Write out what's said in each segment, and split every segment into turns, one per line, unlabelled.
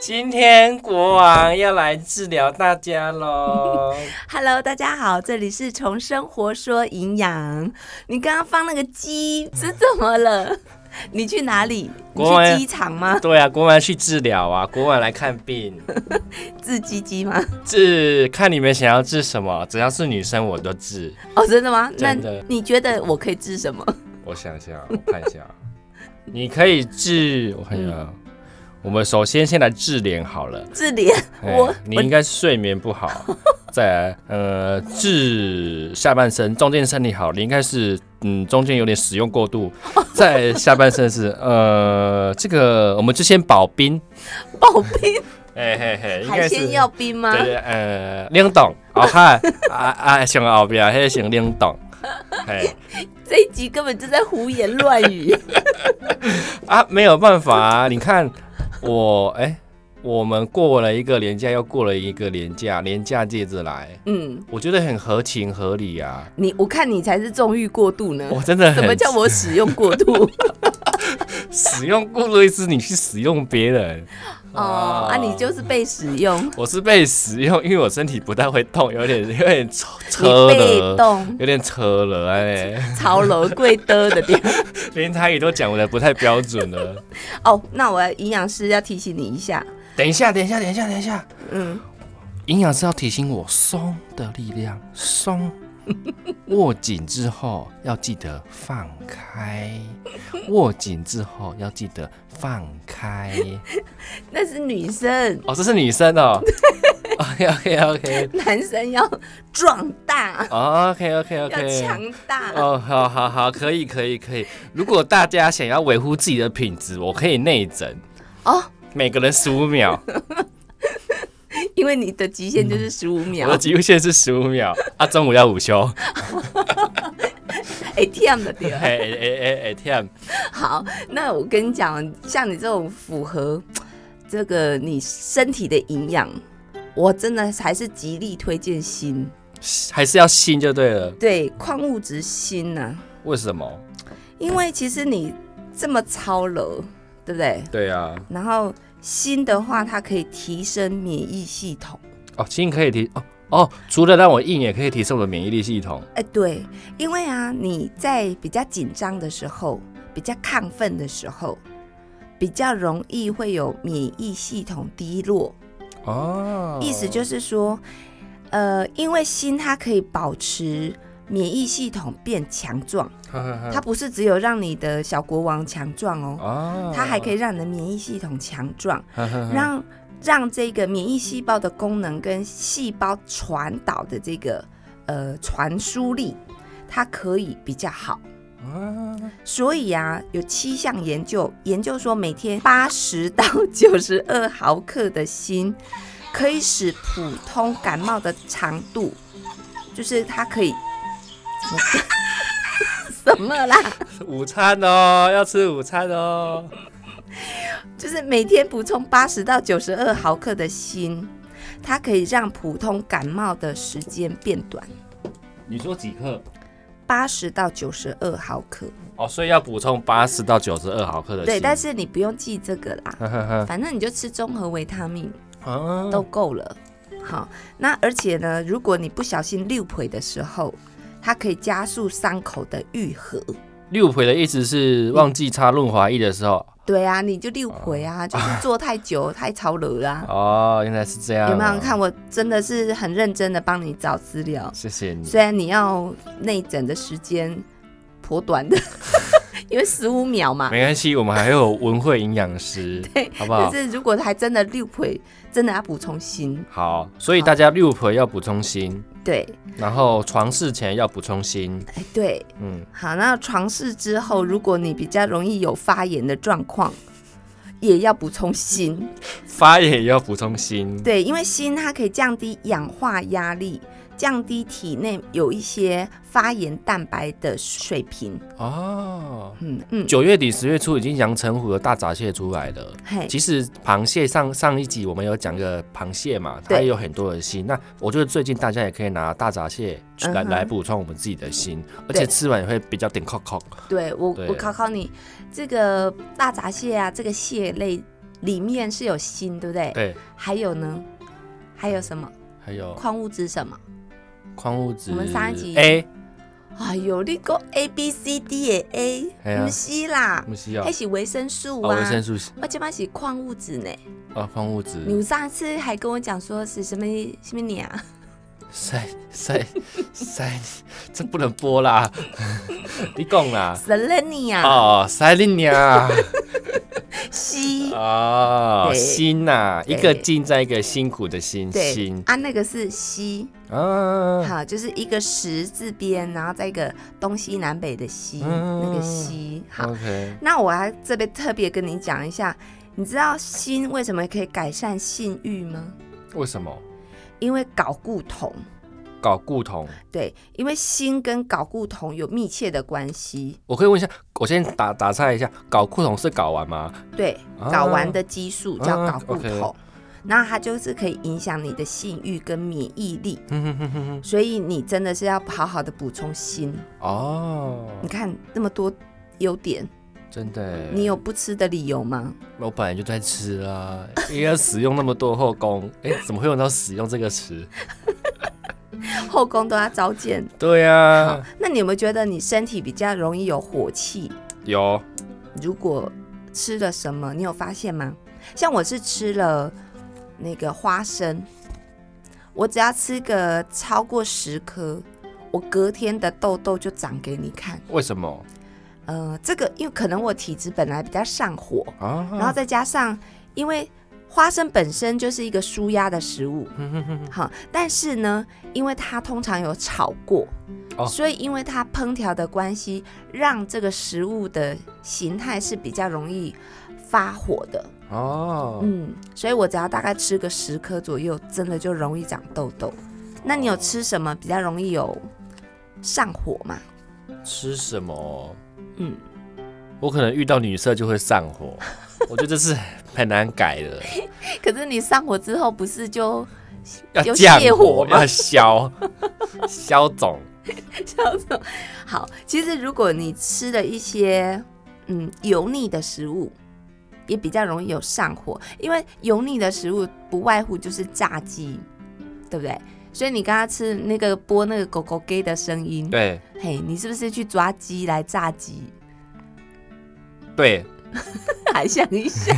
今天国王要来治疗大家喽。
Hello，大家好，这里是从生活说营养。你刚刚放那个 鸡是怎么了？你去哪里？你
国外
去机场吗？
对啊，国王去治疗啊，国王来看病，
治鸡鸡吗？
治看你们想要治什么，只要是女生我都治。
哦，真的吗？那
真的
你觉得我可以 治什么？
我想一下，我看一下，你可以治，我看一下。我们首先先来治脸好了，
治脸？
哎
啊我
你
我
应该是睡眠不好，再来呃治下半身，中间身体好，你应该是嗯中间有点使用过度，在下半身是呃这个我们就先保冰，
刨冰，
嘿哎嘿嘿，应
海
该
鲜
是
要冰吗？
对对呃冷冻，好看啊啊上后边迄先冷冻，嘿
这一集根本就在胡言乱 语。
啊没有办法、啊，你看我哎。我们过了一个年假，又过了一个年假，年假接着来，
嗯，
我觉得很合情合理啊。
你我看你才是纵欲过度 呢。
我真的
什
很
么叫我使用 过度？
使用过度意思？你去使用别人
哦，啊，你就是被使用，
我是被使用，因为我身体不太会动，有点有点车
你
车
被
了，
动
有点车了 哎，
操楼贵的的地方。
连台语都讲的不太标准了。
哦，那我营养师要提醒你一下，
等一下，等一下，等一下，等一下，
嗯，
营养师要提醒我松的力量， 松。握紧之后要记得放开，握紧之后要记得放开。
那是女生，
哦，这是女生哦。OK OK OK
男生要壮大，
OK OK
要
OK。
强大。
哦，好好好，可以可以可以。如果大家想要维护自己的品质，我可以内诊，
哦，
每个人十五秒，
因为你的极限就是十五
嗯我
秒
的，极限是十五秒。啊，中午要午休。
哎，天的对
哎。哎哎哎哎，天，
好，那我跟你讲，像你这种符合这个你身体的营养，我真的还是极力推荐锌，
还是要心就对了。
对，矿物质锌呐、
为什么？
因为其实你这么操劳，对不对？
对啊，
然后锌的话，它可以提升免疫系统。
哦，心可以提哦哦，除了让我硬，也可以提升我的免疫力系统。
哎，对，因为啊，你在比较紧张的时候，比较亢奋的时候，比较容易会有免疫系统低落。
哦，
意思就是说，呃，因为锌它可以保持免疫系统变强壮，
嗯
它不是只有让你的小国王强壮哦，
哦，
它还可
以
以让你的免疫系统强壮，
让
让让这个免疫细胞的功能跟细胞传导的这个呃传输力，它可以比较好。所以啊，有七项研究研究说，每天八十到九十二毫克的锌，可以使普通感冒的长度，就是它可以怎么什么啦？
午餐哦，要吃午餐哦。
就是每天补充八十到九十二毫克的锌，它可以让普通感冒的时间变短，
你说几克？
八十到九十二毫克。
哦，所以要补充八十到九十二毫克的锌。
对，但是你不用记这个啦，
呵呵呵
反正你就吃综合维他命。
啊
都够了。好，那而且呢，如果你不小心六腿的时候，它可以加速伤口的愈合。
六回的意思是忘记擦润滑液的时候。
对啊，你就六腿啊， 就是坐太久、太操劳啦。
哦，原来是这样、
啊有没有？看，我真的是很认真的帮你找资料，
谢谢你。
虽然你要内诊的时间颇短的， 因为十五秒嘛。
没关系，我们还有文慧营养 师，好不
但
好？
是如果还真的六腿，真的要补充锌。
好，所以大家六回要补充锌，
对，
然后床事前要补充锌。
哎对，
嗯，
好，那床试之后，如果你比较容易有发炎的状况，也要补充锌。
发炎也要补充锌。
对，因为锌它可以降低氧化压力，降低体内有一些发炎蛋白的水平。
哦，
嗯嗯，
九月底十月初已经阳澄湖的大闸蟹出来了。
嘿，
其实螃蟹上上一集我们有讲个螃蟹嘛，它
对
也有很多的锌。那我觉得最近大家也可以拿大闸蟹去来、
嗯哼
来补充我们自己的锌，而
对
且吃完也会比较顶扣扣。
对我
对
我考考你，这个大闸蟹啊，这个蟹类里面是有锌，对不对？
对，
还有呢？还有什么？
还有
矿物质什么？
矿物质，
我们上一集
A
哎呦，你个 A B C D 的 A，
哎呀
不是啦，
木西药
那，是维生素
哦，
啊
维，生素 C，
我这边是矿物质呢。
啊，矿物质，
你上次还跟我讲说是什么什么鸟？
塞塞塞，这不能播啦！ 你讲 啦，
s e l e n i a
哦，塞你 娘
硒，
哦，
对
辛呐，一个
对
劲在一个辛苦的辛，
对
辛
啊，那个是硒，
啊，
好，就是一个石字边，然后再一个东西南北的西，
嗯哦
那个西。好，
，OK，
那我还这边特别跟你讲一下，你知道锌为什么可以改善性欲吗？
为什么
因为睾固酮。
搞固酮？
对，因为锌跟睾固酮有密切的关系。
我可以问一下，我先打打岔一下，搞固酮是搞完吗？
对，
啊
睾丸的激素叫
啊
睾固
，OK
酮，那、它就是可以影响你的性欲跟免疫力，
嗯哼哼哼哼哼
所以你真的是要好好的补充锌。
哦，
你看那么多优点，
真的，
你有不吃的理由吗？
我本来就在吃啦，因为要使用那么多后宫， 哎、怎么会用到“使用”这个词？
后宫都要召见。
对啊呀、
好，那你有没有觉得你身体比较容易有火气？
有
如果吃了什么，你有发现吗？像我是吃了那个花生，我只要吃个超过十颗，我隔天的痘痘就长给你看。
为什么
呃，这个因为可能我体质本来比较上火，
啊？
然后再加上因为花生本身就是一个舒压的食物，好，但是呢，因为它通常有炒过，
哦
所以因为它烹调的关系，让这个食物的形态是比较容易发火的。
哦，
嗯，所以我只要大概吃个十颗左右，真的就容易长痘痘。那你有吃什么比较容易有上火吗？
吃什么？
嗯，
我可能遇到女色就会上 火，我觉得这是很难改的，
可是你上火之后不是就
要
有
降
泻火吗
要消消肿。
叫做好。其实如果你吃了一些嗯油腻的食物，也比较容易有上火，因为油腻的食物不外乎就是炸鸡，对不对？所以你刚刚吃那个播那个狗狗 gay 的声音，
对
嘿，你是不是去抓鸡来炸鸡？
对，
还想一下。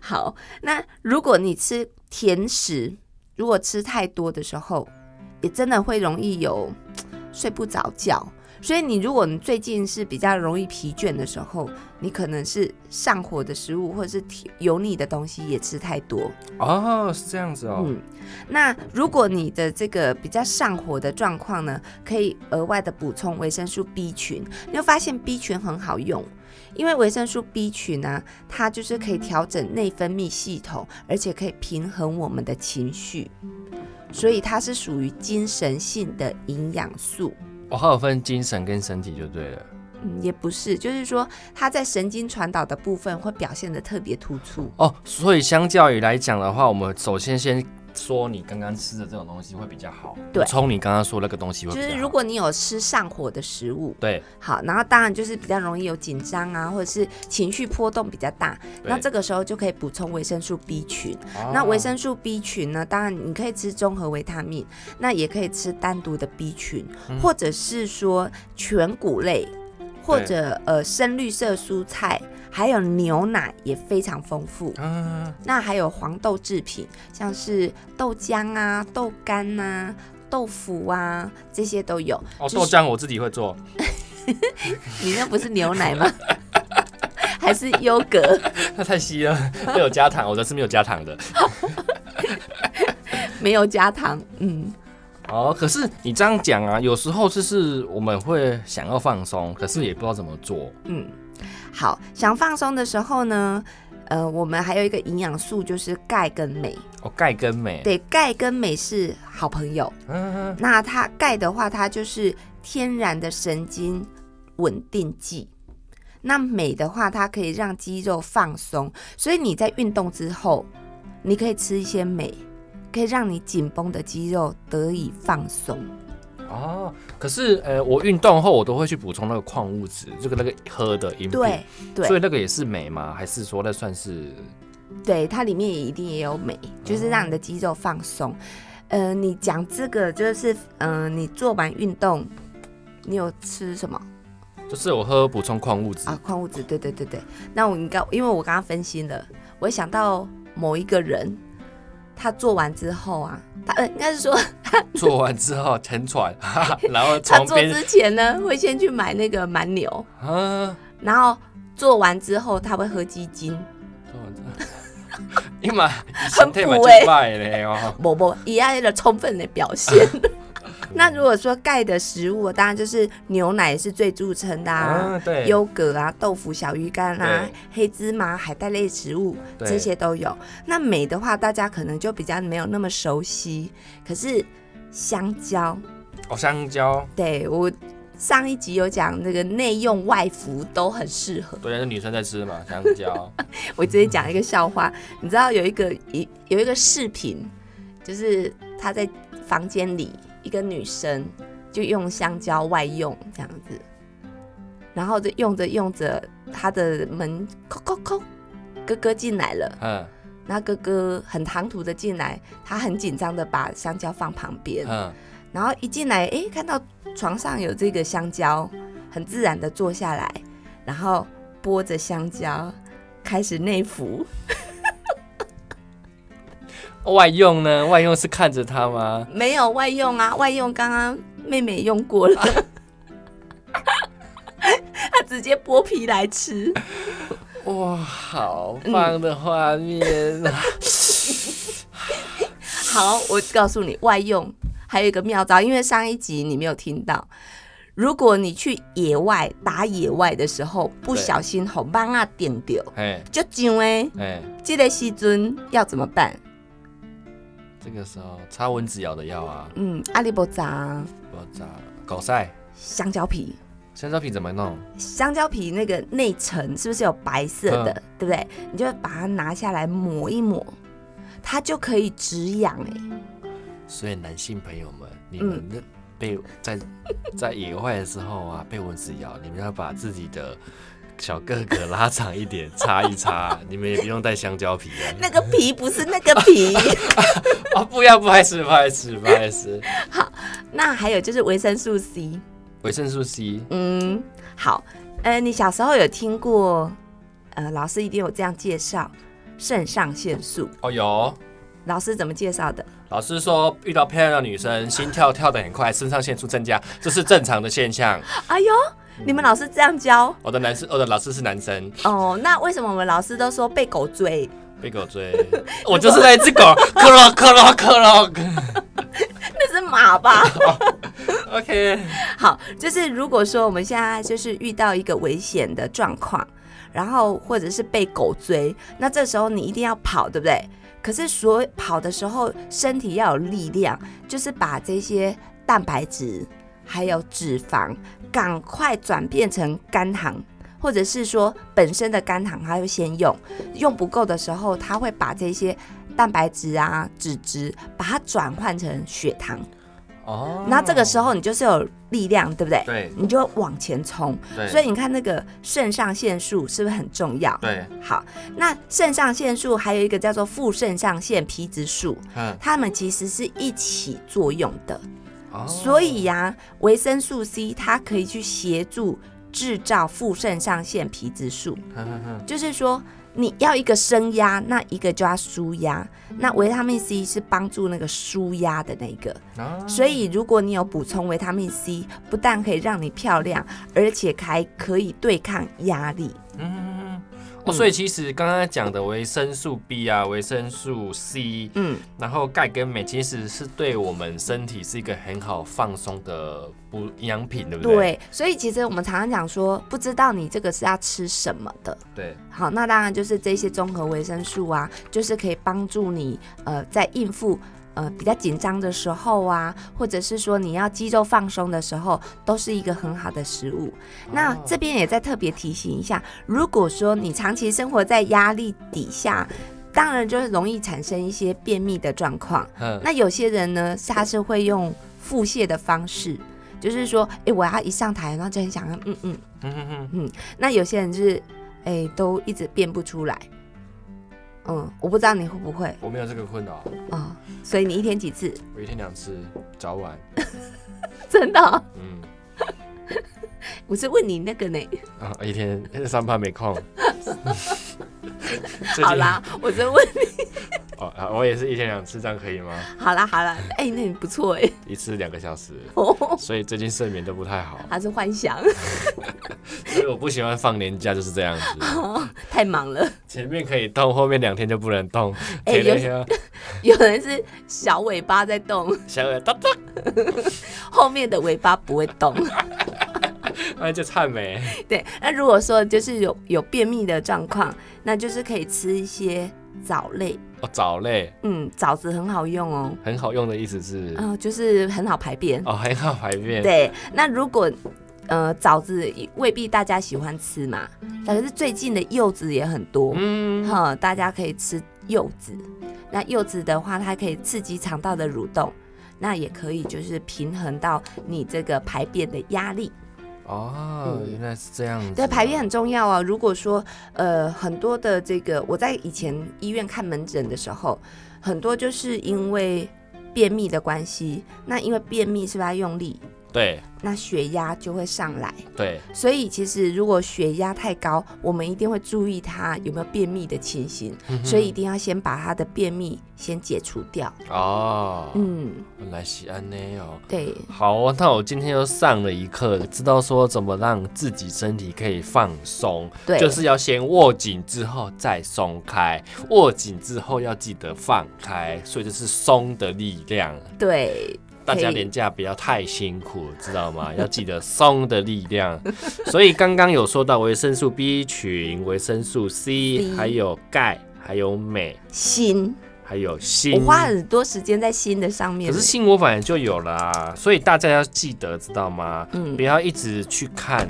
好，那如果你吃甜食，如果吃太多的时候，也真的会容易有睡不着觉。所以你如果你最近是比较容易疲倦的时候，你可能是上火的食物或者是甜油腻的东西也吃太多。
哦，是这样子哦，
嗯，那如果你的这个比较上火的状况呢，可以额外的补充维生素 B 群，你会发现 B 群很好用，因为维生素 B 群呢、它就是可以调整内分泌系统，而且可以平衡我们的情绪，所以它是属于精神性的营养素。
我哦还有分精神跟身体就对了。
嗯，也不是，就是说它在神经传导的部分会表现的特别突出。
哦，所以相较于来讲的话，我们首先先说你刚刚吃的这种东西会比较好，
对
补充你刚刚说那个东西会
就
比较好。
是如果你有吃上火的食物，
对
好，然后当然就是比较容易有紧张啊，或者是情绪波动比较大，
对
那这个时候就可以补充维生素 B 群。
哦
那维生素 B 群呢，当然你可以吃综合维他命，那也可以吃单独的 B 群，
嗯
或者是说全谷类，或者呃深绿色蔬菜，还有牛奶也非常丰富。
嗯
那还有黄豆制品，像是豆浆啊、豆干啊、豆腐啊，这些都有。
哦
就是
豆浆我自己会做，
你那不是牛奶 吗？还是优格？
那太稀了， 没有加糖，我这是没有加糖的。
没有加糖，嗯，
哦，可是你这样讲啊，有时候就是我们会想要放松，可是也不知道怎么做。
嗯好。想放松的时候呢，呃，我们还有一个营养素就是钙跟镁。
哦，钙跟镁，
对，钙跟镁是好朋友。
嗯，
那它钙的话，它就是天然的神经稳定剂。那镁的话，它可以让肌肉放松，所以你在运动之后，你可以吃一些镁，可以让你紧绷的肌肉得以放松。
哦，可是呃，我运动后我都会去补充那个矿物质，这个那个喝的饮品，
对
所以
对
那个也是镁吗？还是说那算是
对，它里面也一定也有镁，就是让你的肌肉放松。呃，你讲这个就是，嗯、你做完运动，你有吃什么
就是我喝补充矿物质
啊？矿物质，对对对对。那我应该，因为我刚刚分析了，我想到某一个人，他做完之后啊，他呃，应该是说
做完之后沉船，哈哈然后
他
床
做
边
之前呢，会先去买那个蛮牛，
啊，
然后做完之后他会喝鸡精。
做完之后，你嘛以
很
前
补
退嘛就
欸
卖嘞哦，
某某以爱的充分的表现。 那如果说钙的食物，当然就是牛奶是最著称的啊，
啊对，
优格啊、豆腐、小鱼干啊
对、
黑芝麻、海带类食物
对
这些都有。那镁的话，大家可能就比较没有那么熟悉，可是香蕉，
哦香蕉，
对我。上一集有讲那个内用外服都很适合，
对，那女生在吃嘛，香蕉，
我直接讲一个笑话，你知道有一个一有一个视频，就是她在房间里，一个女生就用香蕉外用这样子，然后就用着用着，她的门叩叩叩，哥哥进来了，
嗯
然后哥哥很唐突的进来，他很紧张的把香蕉放旁边，
嗯，
然后一进来，诶，看到床上有这个香蕉，很自然的坐下来，然后剥着香蕉开始内服。
外用呢？外用是看着它吗？
没有外用啊，外用刚刚妹妹用过了， 她直接剥皮来吃。
哇，好棒的画面啊！
好，我告诉你，外用还有一个妙招，因为上一集你没有听到。如果你去野外打野外的时候，不
对
小心吼蚊啊电掉，
哎
就上诶，
哎，
这个时阵要怎么办？
这个时候擦蚊子咬的药啊，
嗯，阿里伯扎
我炸狗晒
香蕉皮，
香蕉皮怎么弄？
香蕉皮那个内层是不是有白色的，对不对？你就把它拿下来抹一抹，它就可以止痒哎、
所以男性朋友们，你们那被在 在野外的时候啊，被蚊子咬，你们要把自己的小个个拉长一点，擦一擦， 你们也不用带香蕉皮啊了。
那个皮不是那个 皮。
哦，不要，不好意思，不好意思，不好意思。
那还有就是维生素 C，
维生素 C，
嗯，好，呃，你小时候有听过，呃，老师一定有这样介绍肾上腺素，
哦有。
老师怎么介绍的？
老师说，遇到漂亮的女生，心跳跳得很快，肾上腺素增加，这是正常的现象。
哎呦，你们老师这样教
我的男 生，我的老师是男生，
哦？那为什么我们老师都说被狗追？
被狗 追，我就是那一只狗， 克隆克隆克隆。
那是马吧？
OK，
好，就是如果说我们现在就是遇到一个危险的状况，然后或者是被狗追，那这时候你一定要跑，对不对？可是所跑的时候，身体要有力量，就是把这些蛋白质还有脂肪赶快转变成肝糖。或者是说本身的肝糖，它会先用，用不够的时候，它会把这些蛋白质啊、脂质，把它转换成血糖。
哦
那这个时候你就是有力量，对不对？
对
你就往前冲。
对，
所以你看那个肾上腺素是不是很重要？
对，
好，那肾上腺素还有一个叫做副肾上腺皮质素，
嗯，
它们其实是一起作用的。
哦
所以呀、维生素 C 它可以去协助制造副肾上腺皮质素。
哼哼哼
就是说你要一个升压，那一个就要舒压。那维他命 C 是帮助那个舒压的那一个，
啊
所以如果你有补充维他命 C，不但可以让你漂亮，而且还可以对抗压力。
嗯，哦，所以其实刚刚讲的维生素 B 啊，维生素 C，
嗯，
然后钙跟镁，其实是对我们身体是一个很好放松的补营养品，对不对？
对，所以其实我们常常讲说，不知道你这个是要吃什么的。
对
好，那当然就是这些综合维生素啊，就是可以帮助你呃在应付呃比较紧张的时候啊，或者是说你要肌肉放松的时候，都是一个很好的食物。那这边也再特别提醒一下，如果说你长期生活在压力底下，当然就是容易产生一些便秘的状况。
嗯，
那有些人呢，他是会用腹泻的方式，就是说，哎、我要一上台，然后就很想要，嗯嗯。
嗯哼哼
那有些人就是，哎、都一直变不出来。嗯，我不知道你会不会
我没有这个困扰，
啊、所以你一天几次？
我一天两次，早晚。
真的哦、
嗯，
我是问你那个呢。
啊，一天上班没空。最近
好啦，我是问，
哦，啊我也是一天两次，这样可以吗？
好啦好啦，哎、那你不错哎、
一次两个小时，
哦，
所以最近睡眠都不太好，
还是幻想，
所以我不喜欢放年假就是这样子，
太忙了。
前面可以动，后面两天就不能动，
哎
前
有
两天
有人是小尾巴在动，
小耳哒哒，
后面的尾巴不会动。
那就颤美，
对，那如果说就是有有便秘的状况，那就是可以吃一些藻类，
哦，藻类
嗯，枣子很好用哦，
很好用的意思是，
嗯、就是很好排便。
哦，很好排便，
对，那如果呃枣子未必大家喜欢吃嘛，可是最近的柚子也很多，
嗯，
哈、大家可以吃柚子。那柚子的话，它可以刺激肠道的蠕动，那也可以就是平衡到你这个排便的压力。
哦，
嗯
原来是这样子，
对，排便很重要啊。如果说呃很多的这个，我在以前医院看门诊的时候，很多就是因为便秘的关系，那因为便秘是不是要用力，
对
那血压就会上来。
对，
所以其实如果血压太高，我们一定会注意它有没有便秘的情形，
嗯
所以一定要先把它的便秘先解除掉。
哦，
嗯，
原来是安内哦。
对，
好，那我今天又上了一课，知道说怎么让自己身体可以放松，
对
就是要先握紧之后再松开，握紧之后要记得放开，所以这是松的力量。
对，
大家
可以
廉价不要太辛苦，知道吗？ 要记得松的力量。所以刚刚有说到维生素 B 群、维生素 C，
C
还有钙，还有镁，
心，
还有锌。
我花很多时间在心的上
嗯
面。
可是新我反正就有啦，所以大家要记得，知道吗？
嗯
不要一直去看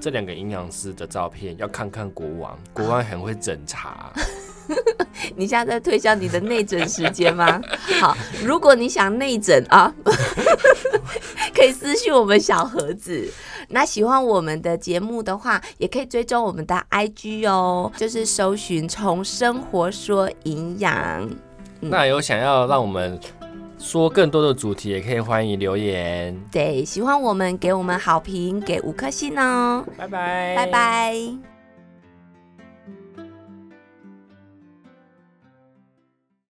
这两个营养师的照片，要看看国
啊
王，国王很会整查。
你现在在推销你的内诊时间吗？ 好，如果你想内诊啊， 可以私信我们小盒子。那喜欢我们的节目的话，也可以追踪我们的 IG 哦，就是搜寻“从生活说营养嗯
那有想要让我们说更多的主题，也可以欢迎留言。”。
对，喜欢我们给我们好评，给五颗星哦，
拜拜，
拜拜